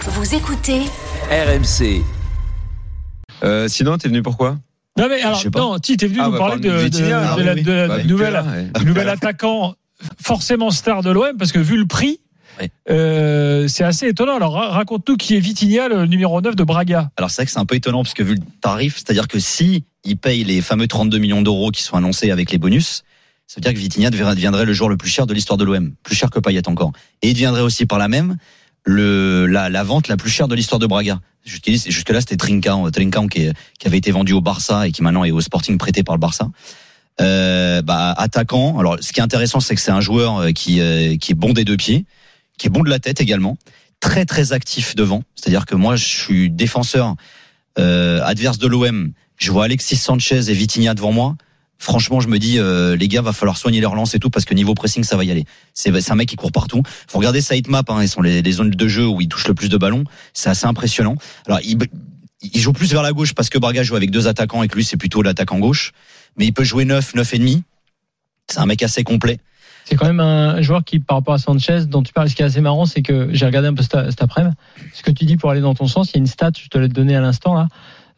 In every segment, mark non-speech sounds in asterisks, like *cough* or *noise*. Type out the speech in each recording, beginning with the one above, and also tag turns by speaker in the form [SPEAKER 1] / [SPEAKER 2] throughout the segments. [SPEAKER 1] Vous écoutez
[SPEAKER 2] RMC.
[SPEAKER 3] Euh, sinon, t'es venu pourquoi
[SPEAKER 4] Non mais alors
[SPEAKER 3] Je sais pas.
[SPEAKER 4] non, si t'es venu
[SPEAKER 3] Ah,
[SPEAKER 4] nous
[SPEAKER 3] bah,
[SPEAKER 4] parler de,
[SPEAKER 3] parle-nous de
[SPEAKER 4] de-
[SPEAKER 3] Vitinha,
[SPEAKER 4] de la- de la
[SPEAKER 3] Bah, Nicolas,
[SPEAKER 4] de nouvelle,
[SPEAKER 3] ouais.
[SPEAKER 4] du nouvel attaquant forcément star de l'OM parce que vu le prix,
[SPEAKER 5] Ouais.
[SPEAKER 4] euh, c'est assez étonnant. Alors ra- raconte-nous qui est Vitinha, le numéro 9 de Braga.
[SPEAKER 5] Alors c'est vrai que c'est un peu étonnant parce que vu le tarif, c'est-à-dire que si il paye les fameux 32 millions d'euros qui sont annoncés avec les bonus, ça veut dire que Vitinha devra- deviendrait le joueur le plus cher de l'histoire de l'OM, plus cher que Payet encore, et il deviendrait aussi par la même le la, la vente la plus chère de l'histoire de Braga. Jusqu'ici- Jusque-là, c'était Trinkan, euh, Trinkan qui, est- qui avait été vendu au Barça et qui maintenant est au Sporting prêté par le Barça. Euh, bah, attaquant. Alors, ce qui est intéressant, c'est que c'est un joueur euh, qui euh, qui est bon des deux pieds, qui est bon de la tête également, très très actif devant. C'est-à-dire que moi, je suis défenseur euh, adverse de l'OM, je vois Alexis Sanchez et Vitinha devant moi. Franchement, je me dis, euh, les gars, va falloir soigner leur lance et tout parce que niveau pressing, ça va y aller. C'est c'est un mec qui court partout. Vous regardez sa heatmap, hein, ils sont les, les zones de jeu où il touche le plus de ballons. C'est assez impressionnant. Alors, il, il joue plus vers la gauche parce que Braga joue avec deux attaquants et que lui, c'est plutôt l'attaquant gauche. Mais il peut jouer 9, 9 et demi. C'est un mec assez complet.
[SPEAKER 6] C'est quand même un joueur qui, par rapport à Sanchez, dont tu parles, ce qui est assez marrant, c'est que j'ai regardé un peu cet cet après-midi. Ce que tu dis pour aller dans ton sens, il y a une stat, je te l'ai donnée à l'instant là.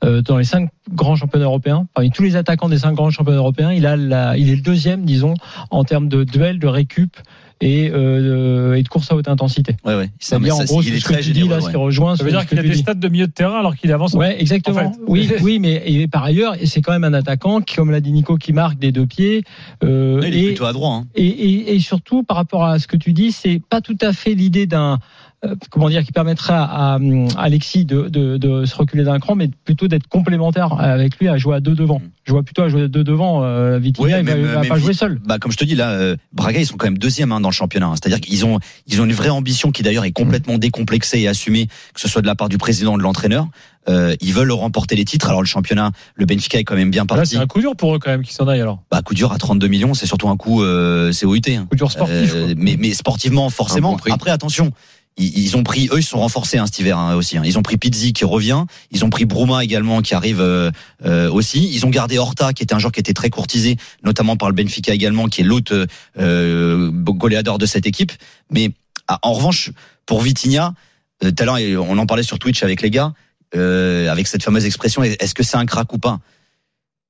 [SPEAKER 6] Euh, dans les cinq grands championnats européens, parmi tous les attaquants des cinq grands championnats européens, il a la, il est le deuxième, disons, en termes de duel, de récup et, euh, et de course à haute intensité.
[SPEAKER 5] Ouais, ouais. C'est un mec-
[SPEAKER 6] C'est-à-dire en
[SPEAKER 5] ça-
[SPEAKER 6] gros,
[SPEAKER 5] il est
[SPEAKER 6] ce que
[SPEAKER 5] très
[SPEAKER 6] tu dis
[SPEAKER 5] généreux.
[SPEAKER 6] là, ce
[SPEAKER 5] ouais.
[SPEAKER 6] qui rejoint
[SPEAKER 4] Ça
[SPEAKER 6] ce
[SPEAKER 4] veut dire
[SPEAKER 6] ce
[SPEAKER 4] qu'il
[SPEAKER 6] que
[SPEAKER 4] a
[SPEAKER 6] tu
[SPEAKER 4] des
[SPEAKER 6] dis.
[SPEAKER 4] stats de milieu de terrain alors qu'il avance. en-
[SPEAKER 6] Ouais, exactement.
[SPEAKER 4] en fait. *laughs*
[SPEAKER 6] Oui, oui, mais et par ailleurs, et c'est quand même un attaquant qui, comme l'a dit Nico, qui marque des deux pieds. euh,
[SPEAKER 5] Il est
[SPEAKER 6] et,
[SPEAKER 5] plutôt à droite. hein.
[SPEAKER 6] et, et- et surtout, par rapport à ce que tu dis, c'est pas tout à fait l'idée d'un euh, comment dire qui permettra à hum, Alexis de, de, de se reculer d'un cran, mais plutôt d'être complémentaire avec lui à jouer à deux devant. Je vois plutôt à jouer à deux devant. Euh, Vitinha,
[SPEAKER 5] Mm. Ouais,
[SPEAKER 6] il va,
[SPEAKER 5] mais-
[SPEAKER 6] il va
[SPEAKER 5] mais
[SPEAKER 6] pas
[SPEAKER 5] Vi-
[SPEAKER 6] jouer seul.
[SPEAKER 5] bah, comme je te dis là, euh, Braga ils sont quand même deuxième hein, dans le championnat. hein. C'est-à-dire qu'ils ont ils ont une vraie ambition qui d'ailleurs est complètement décomplexée et assumée, que ce soit de la part du président ou de l'entraîneur. Euh, ils veulent remporter les titres. Alors le championnat, le Benfica est quand même bien
[SPEAKER 4] Là
[SPEAKER 5] parti.
[SPEAKER 4] c'est un coup dur pour eux quand même qui s'en aille alors.
[SPEAKER 5] Bah, coup dur à 32 millions, c'est surtout un coup euh, COIT. hein.
[SPEAKER 4] Coup dur sportif.
[SPEAKER 5] Euh,
[SPEAKER 4] quoi.
[SPEAKER 5] mais, mais sportivement, forcément.
[SPEAKER 3] Un bon prix.
[SPEAKER 5] Après, attention. Ils ils ont pris, eux, ils se sont renforcés hein, cet hiver hein, aussi. hein. Ils ont pris Pizzi qui revient, ils ont pris Bruma également qui arrive euh, euh, aussi. Ils ont gardé Horta qui était un joueur qui était très courtisé, notamment par le Benfica également, qui est l'autre euh, euh, goléador de cette équipe. Mais ah, en revanche, pour Vitinha, euh, tout à l'heure, et on en parlait sur Twitch avec les gars, euh, avec cette fameuse expression, est-ce que c'est un crack ou pas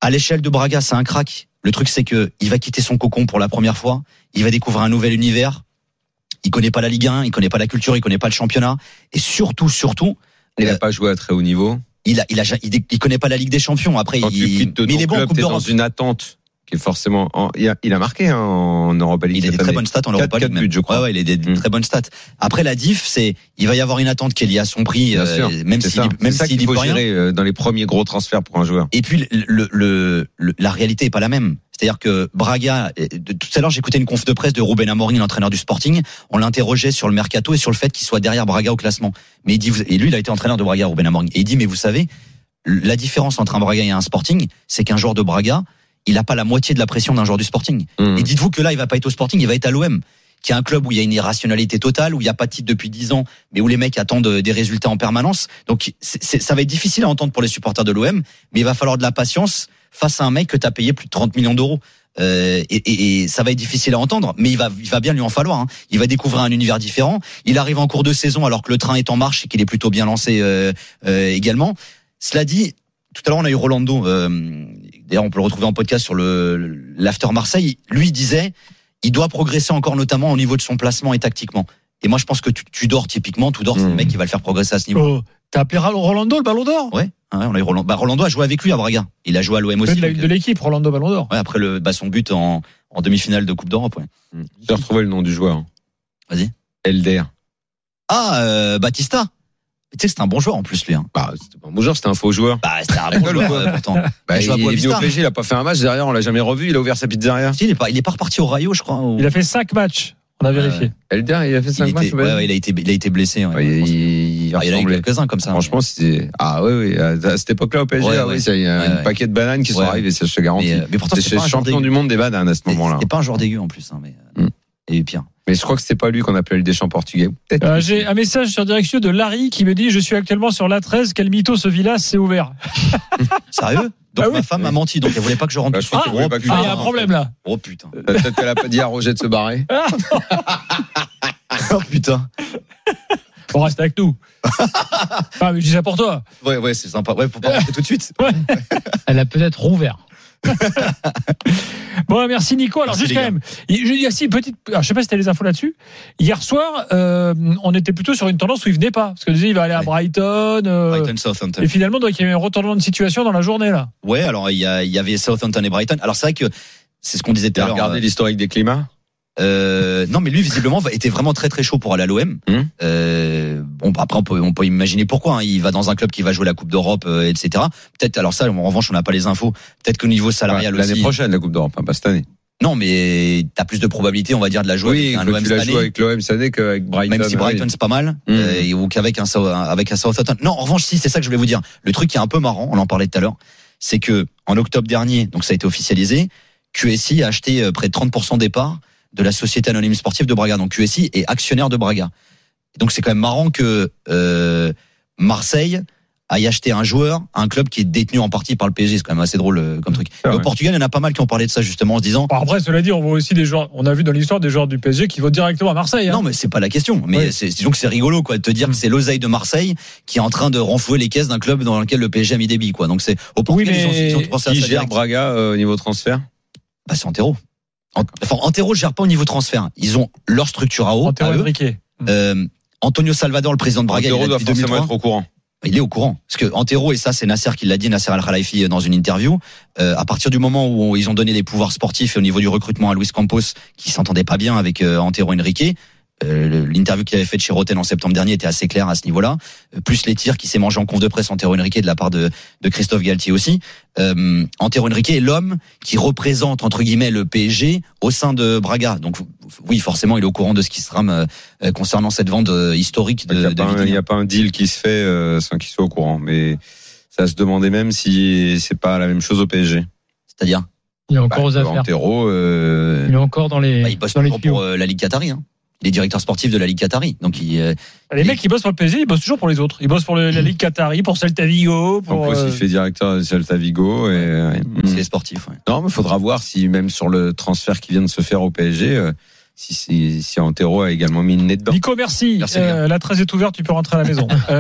[SPEAKER 5] À l'échelle de Braga, c'est un crack. Le truc, c'est que il va quitter son cocon pour la première fois il va découvrir un nouvel univers. Il connaît pas la Ligue 1, il connaît pas la culture, il connaît pas le championnat, et surtout, surtout,
[SPEAKER 3] Il
[SPEAKER 5] Euh,
[SPEAKER 3] n'a pas joué à très haut niveau.
[SPEAKER 5] il a, il a, ja- il, dé- il connaît pas la Ligue des Champions. Après,
[SPEAKER 3] Quand tu
[SPEAKER 5] il,
[SPEAKER 3] quittes ton
[SPEAKER 5] mais il est bon en
[SPEAKER 3] club,
[SPEAKER 5] Coupe
[SPEAKER 3] t'es dans
[SPEAKER 5] d'Europe.
[SPEAKER 3] une attente qui est forcément. en- il, a, il a marqué hein, en Europa League.
[SPEAKER 5] Il a des
[SPEAKER 3] cette
[SPEAKER 5] très
[SPEAKER 3] année.
[SPEAKER 5] bonnes stats en Europa
[SPEAKER 3] Quatre-
[SPEAKER 5] League,
[SPEAKER 3] quatre
[SPEAKER 5] même.
[SPEAKER 3] buts, je crois.
[SPEAKER 5] Ouais, ouais, il a des
[SPEAKER 3] Mm.
[SPEAKER 5] très bonnes stats. Après, la diff, c'est, il va y avoir une attente qui est liée à son prix,
[SPEAKER 3] Bien
[SPEAKER 5] euh,
[SPEAKER 3] sûr,
[SPEAKER 5] même
[SPEAKER 3] C'est
[SPEAKER 5] s'il,
[SPEAKER 3] ça,
[SPEAKER 5] même
[SPEAKER 3] C'est ça
[SPEAKER 5] s'il
[SPEAKER 3] qu'il
[SPEAKER 5] dit
[SPEAKER 3] faut
[SPEAKER 5] pas rien.
[SPEAKER 3] gérer euh, dans les premiers gros transferts pour un joueur.
[SPEAKER 5] Et puis le, le- le- la réalité est pas la même. C'est-à-dire que Braga, et de- tout à l'heure j'écoutais une conf de presse de Ruben Amorim, l'entraîneur du Sporting. On l'interrogeait sur le mercato et sur le fait qu'il soit derrière Braga au classement. Mais il dit, vous- et lui il a été entraîneur de Braga, Ruben Amorim. Et il dit, mais vous savez, la différence entre un Braga et un Sporting, c'est qu'un joueur de Braga, il n'a pas la moitié de la pression d'un joueur du Sporting.
[SPEAKER 3] Mm. Mmh.
[SPEAKER 5] Et dites-vous que là, il va pas être au Sporting, il va être à l'OM, qui est un club où il y a une irrationalité totale, où il n'y a pas de titre depuis 10 ans, mais où les mecs attendent euh, des résultats en permanence. Donc c'est- c'est- ça va être difficile à entendre pour les supporters de l'OM, mais il va falloir de la patience face à un mec que tu as payé plus de 30 millions d'euros. Euh, et, et- et ça va être difficile à entendre, mais il va, il va bien lui en falloir. hein. Il va découvrir un univers différent. Il arrive en cours de saison alors que le train est en marche et qu'il est plutôt bien lancé euh, euh, également. Cela dit, tout à l'heure on a eu Rolando. euh, D'ailleurs, on peut le retrouver en podcast sur le l'after Marseille. Lui il disait, il doit progresser encore notamment au niveau de son placement et tactiquement. Et moi, je pense que tu, tu dors typiquement. Tu dors, c'est le
[SPEAKER 4] Mmh.
[SPEAKER 3] Mm.
[SPEAKER 5] mec qui va le faire progresser à ce niveau.
[SPEAKER 4] Oh, T'as appelé Rolando le Ballon d'Or.
[SPEAKER 5] Ouais, ouais, on a eu Rolando. Bah, Rolando a joué avec lui à Braga. Il a joué à l'OM
[SPEAKER 4] De
[SPEAKER 5] aussi.
[SPEAKER 4] la-
[SPEAKER 5] donc,
[SPEAKER 4] de l'équipe Rolando Ballon d'Or.
[SPEAKER 5] Ouais, après le, bah, son but en, en demi-finale de Coupe d'Europe. Ouais.
[SPEAKER 3] Mm. J'ai retrouvé le nom du joueur.
[SPEAKER 5] Vas-y.
[SPEAKER 3] Elder.
[SPEAKER 5] Ah, euh, Batista. Tu sais, c'est un bon joueur en plus, lui. Hein.
[SPEAKER 3] Bah, c'était pas un bon joueur, c'était un faux joueur.
[SPEAKER 5] Bah, c'est un bon joueur euh, pourtant.
[SPEAKER 3] Bah, il,
[SPEAKER 5] Il joue à
[SPEAKER 3] est venu
[SPEAKER 5] Boavista.
[SPEAKER 3] au PSG, il a pas fait un match. Derrière, on l'a jamais revu. Il a ouvert sa pizzeria.
[SPEAKER 5] Tu sais, Il est pas, il est pas reparti au Rayo, je crois. au-
[SPEAKER 4] Il a fait 5 matchs. On a vérifié.
[SPEAKER 3] Elder, il a fait
[SPEAKER 5] il
[SPEAKER 3] 5
[SPEAKER 5] était-
[SPEAKER 3] matchs.
[SPEAKER 5] ouais,
[SPEAKER 3] vas-y.
[SPEAKER 5] ouais, il a été, il a été blessé. ouais.
[SPEAKER 3] Ouais,
[SPEAKER 5] Je pense-
[SPEAKER 3] il, il
[SPEAKER 5] Ah, il y en a eu
[SPEAKER 3] ressemblait.
[SPEAKER 5] quelques-uns comme ça. mais-
[SPEAKER 3] Franchement, c'est ah ouais, ouais à à cette époque-là au PSG,
[SPEAKER 5] Ouais,
[SPEAKER 3] ah
[SPEAKER 5] ouais.
[SPEAKER 3] oui, ça, il y a
[SPEAKER 5] Ouais,
[SPEAKER 3] un
[SPEAKER 5] ouais.
[SPEAKER 3] paquet de bananes qui sont
[SPEAKER 5] Ouais.
[SPEAKER 3] arrivées, ça je te garantis.
[SPEAKER 5] Mais, euh, mais pourtant,
[SPEAKER 3] c'est
[SPEAKER 5] c'est pas un joueur
[SPEAKER 3] champion du
[SPEAKER 5] dégueu.
[SPEAKER 3] monde des bananes à ce moment-là.
[SPEAKER 5] C'était pas un joueur dégueu en plus. Hein, mais...
[SPEAKER 3] Hmm.
[SPEAKER 5] Et bien.
[SPEAKER 3] Mais je crois que c'est pas lui qu'on appelait le déchant
[SPEAKER 5] *laughs*
[SPEAKER 3] portugais. Peut-être.
[SPEAKER 4] Euh, J'ai un message sur direction de Larry qui me dit Je suis actuellement sur la 13, quel mytho ce village s'est ouvert.
[SPEAKER 3] Ah,
[SPEAKER 5] Sérieux Donc
[SPEAKER 4] Ah oui.
[SPEAKER 5] ma femme m'a menti, donc elle voulait pas que je rentre.
[SPEAKER 3] Bah, je crois qu'elle voulait pas que tu
[SPEAKER 4] Ah, il
[SPEAKER 3] rentres,
[SPEAKER 4] y a
[SPEAKER 3] en
[SPEAKER 4] un
[SPEAKER 3] fait.
[SPEAKER 4] problème là. Ah,
[SPEAKER 3] *laughs*
[SPEAKER 5] Oh putain.
[SPEAKER 3] Peut-être
[SPEAKER 5] *laughs*
[SPEAKER 3] Ah, qu'elle a pas dit à Roger de se barrer.
[SPEAKER 5] Oh putain.
[SPEAKER 4] Bon, reste avec
[SPEAKER 5] *laughs*
[SPEAKER 4] nous. ah, mais je dis ça pour toi.
[SPEAKER 5] Ouais, ouais, c'est sympa. Ouais, faut pas rentrer tout de suite.
[SPEAKER 6] Elle a peut-être rouvert.
[SPEAKER 4] Bon, merci Nico. Alors,
[SPEAKER 5] Merci,
[SPEAKER 4] juste
[SPEAKER 5] les
[SPEAKER 4] quand même, il il y a si petite. Alors, je sais pas si t'as les infos là-dessus. Hier soir, euh, on était plutôt sur une tendance où il venait pas. Parce que tu disais, il va aller à
[SPEAKER 5] Ouais.
[SPEAKER 4] Brighton. euh,
[SPEAKER 5] Brighton Southampton.
[SPEAKER 4] Et finalement, donc, il y a eu un retournement de situation dans la journée, là.
[SPEAKER 5] Ouais, alors il y, a- il y avait Southampton et Brighton. Alors c'est vrai que c'est ce qu'on disait tout
[SPEAKER 3] T'as
[SPEAKER 5] à l'heure.
[SPEAKER 3] regardé l'historique des climats
[SPEAKER 5] Euh, non, mais lui visiblement va- était vraiment très très chaud pour aller à l'OM.
[SPEAKER 3] Hum.
[SPEAKER 5] Euh, bon, bah, après on peut, on peut imaginer pourquoi. hein. Il va dans un club qui va jouer la Coupe d'Europe, euh, etc. Peut-être. Alors ça, en revanche, on n'a pas les infos. Peut-être qu'au niveau
[SPEAKER 3] Enfin,
[SPEAKER 5] salarial
[SPEAKER 3] L'année
[SPEAKER 5] aussi.
[SPEAKER 3] prochaine, la Coupe d'Europe, hein, pas cette année.
[SPEAKER 5] Non, mais t'as plus de probabilité, on va dire, de la jouer
[SPEAKER 3] Oui,
[SPEAKER 5] avec un
[SPEAKER 3] quand
[SPEAKER 5] OM
[SPEAKER 3] tu la
[SPEAKER 5] cette
[SPEAKER 3] joues
[SPEAKER 5] année.
[SPEAKER 3] avec l'OM cette année qu'avec Brighton. euh,
[SPEAKER 5] Même si
[SPEAKER 3] oui.
[SPEAKER 5] Brighton c'est pas mal,
[SPEAKER 3] Mhm.
[SPEAKER 5] euh, et- ou qu'avec un, Sau- un- avec un Southampton. Non, en revanche, si c'est ça que je voulais vous dire. Le truc qui est un peu marrant, on en parlait tout à l'heure, c'est que en octobre dernier, donc ça a été officialisé, QSI a acheté euh, près de 30% des parts de la société anonyme sportive de Braga. Donc QSI est actionnaire de Braga. Donc c'est quand même marrant que euh, Marseille aille acheter un joueur, à un club qui est détenu en partie par le PSG. C'est quand même assez drôle euh, comme truc.
[SPEAKER 3] Ah
[SPEAKER 5] Et au
[SPEAKER 3] ouais.
[SPEAKER 5] Portugal, il y en a pas mal qui ont parlé de ça justement en se disant.
[SPEAKER 4] Bon, après, cela dit, on voit aussi des joueurs. On a vu dans l'histoire des joueurs du PSG qui vont directement à Marseille. hein.
[SPEAKER 5] Non, mais c'est pas la question. Mais
[SPEAKER 4] Oui.
[SPEAKER 5] c'est, disons que c'est rigolo, quoi, de te dire que c'est l'oseille de Marseille qui est en train de renflouer les caisses d'un club dans lequel le PSG a mis des billes, quoi. Donc c'est au Portugal,
[SPEAKER 4] mais
[SPEAKER 5] ils ont, ils ont pensé à
[SPEAKER 3] Qui
[SPEAKER 5] ça
[SPEAKER 3] gère
[SPEAKER 5] direct.
[SPEAKER 3] Braga euh, au niveau transfert
[SPEAKER 5] Bah, c'est Antero. Ant- Enfin, Antero gère pas au niveau transfert. Ils ont leur structure à eau.
[SPEAKER 4] Antero
[SPEAKER 5] à eux.
[SPEAKER 4] Henrique.
[SPEAKER 5] Euh, Antonio Salvador, le président de Braga, il est,
[SPEAKER 3] Antero doit
[SPEAKER 5] là depuis
[SPEAKER 3] forcément
[SPEAKER 5] 2003.
[SPEAKER 3] être au courant.
[SPEAKER 5] Il est au courant. Parce que Antero, et ça, c'est Nasser qui l'a dit, Nasser Al-Khalifi, dans une interview, euh, à partir du moment où ils ont donné des pouvoirs sportifs au niveau du recrutement à Luis Campos, qui s'entendait pas bien avec euh, Antero Henrique, euh, le- l'interview qu'il avait faite chez Roten en septembre dernier était assez claire à ce niveau-là, Euh, plus les tirs qui s'est mangé en conf de presse Antero Henrique de la part de, de Christophe Galtier aussi. Euh, Antero Henrique est l'homme qui représente, entre guillemets, le PSG au sein de Braga. Donc oui, forcément, il est au courant de ce qui se trame euh, euh, concernant cette vente euh, historique
[SPEAKER 3] Il
[SPEAKER 5] de, de
[SPEAKER 3] n'y
[SPEAKER 5] Vitinha.
[SPEAKER 3] a, pas un deal qui se fait euh, sans qu'il soit au courant. Mais ça se demandait même si c'est pas la même chose au PSG.
[SPEAKER 5] C'est-à-dire
[SPEAKER 6] Il est encore
[SPEAKER 3] Bah,
[SPEAKER 6] aux affaires.
[SPEAKER 3] Antero, euh,
[SPEAKER 6] Il est encore dans les,
[SPEAKER 5] Bah, il bosse
[SPEAKER 6] dans les
[SPEAKER 5] toujours
[SPEAKER 6] tuyaux.
[SPEAKER 5] pour euh, la Ligue Qatari. Hein. Il est directeur sportif de la Ligue Qatari. Donc il, euh,
[SPEAKER 4] Les mecs qui bossent pour le PSG, ils bossent toujours pour les autres. Ils bossent pour le-
[SPEAKER 5] Hmm.
[SPEAKER 4] la Ligue Qatari, pour Celta Vigo,
[SPEAKER 3] en
[SPEAKER 4] pour.
[SPEAKER 3] plus,
[SPEAKER 4] euh,
[SPEAKER 3] il fait directeur de Celta Vigo. Et, ouais.
[SPEAKER 5] c'est
[SPEAKER 3] Mm.
[SPEAKER 5] les sportifs. ouais.
[SPEAKER 3] Non, mais faudra voir si même sur le transfert qui vient de se faire au PSG, euh, si, si, si Antero a également mis le nez dedans.
[SPEAKER 4] Nico, merci.
[SPEAKER 5] Merci, *laughs*
[SPEAKER 4] Euh, la 13 est ouverte, tu peux rentrer à la maison. Euh,